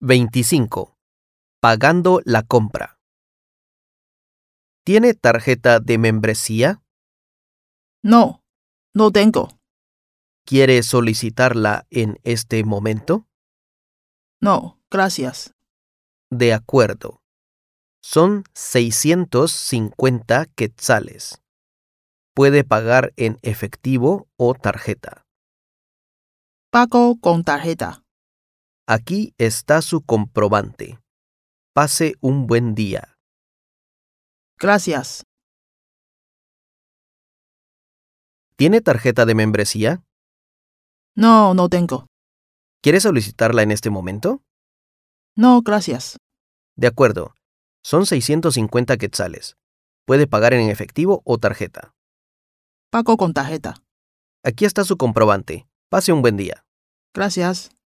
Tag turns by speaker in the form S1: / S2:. S1: 25. Pagando la compra. ¿Tiene tarjeta de membresía?
S2: No, no tengo.
S1: ¿Quiere solicitarla en este momento?
S2: No, gracias.
S1: De acuerdo. Son 650 quetzales. Puede pagar en efectivo o tarjeta.
S2: Pago con tarjeta.
S1: Aquí está su comprobante. Pase un buen día.
S2: Gracias.
S1: ¿Tiene tarjeta de membresía?
S2: No, no tengo.
S1: ¿Quiere solicitarla en este momento?
S2: No, gracias.
S1: De acuerdo. Son 650 quetzales. Puede pagar en efectivo o tarjeta.
S2: Pago con tarjeta.
S1: Aquí está su comprobante. Pase un buen día.
S2: Gracias.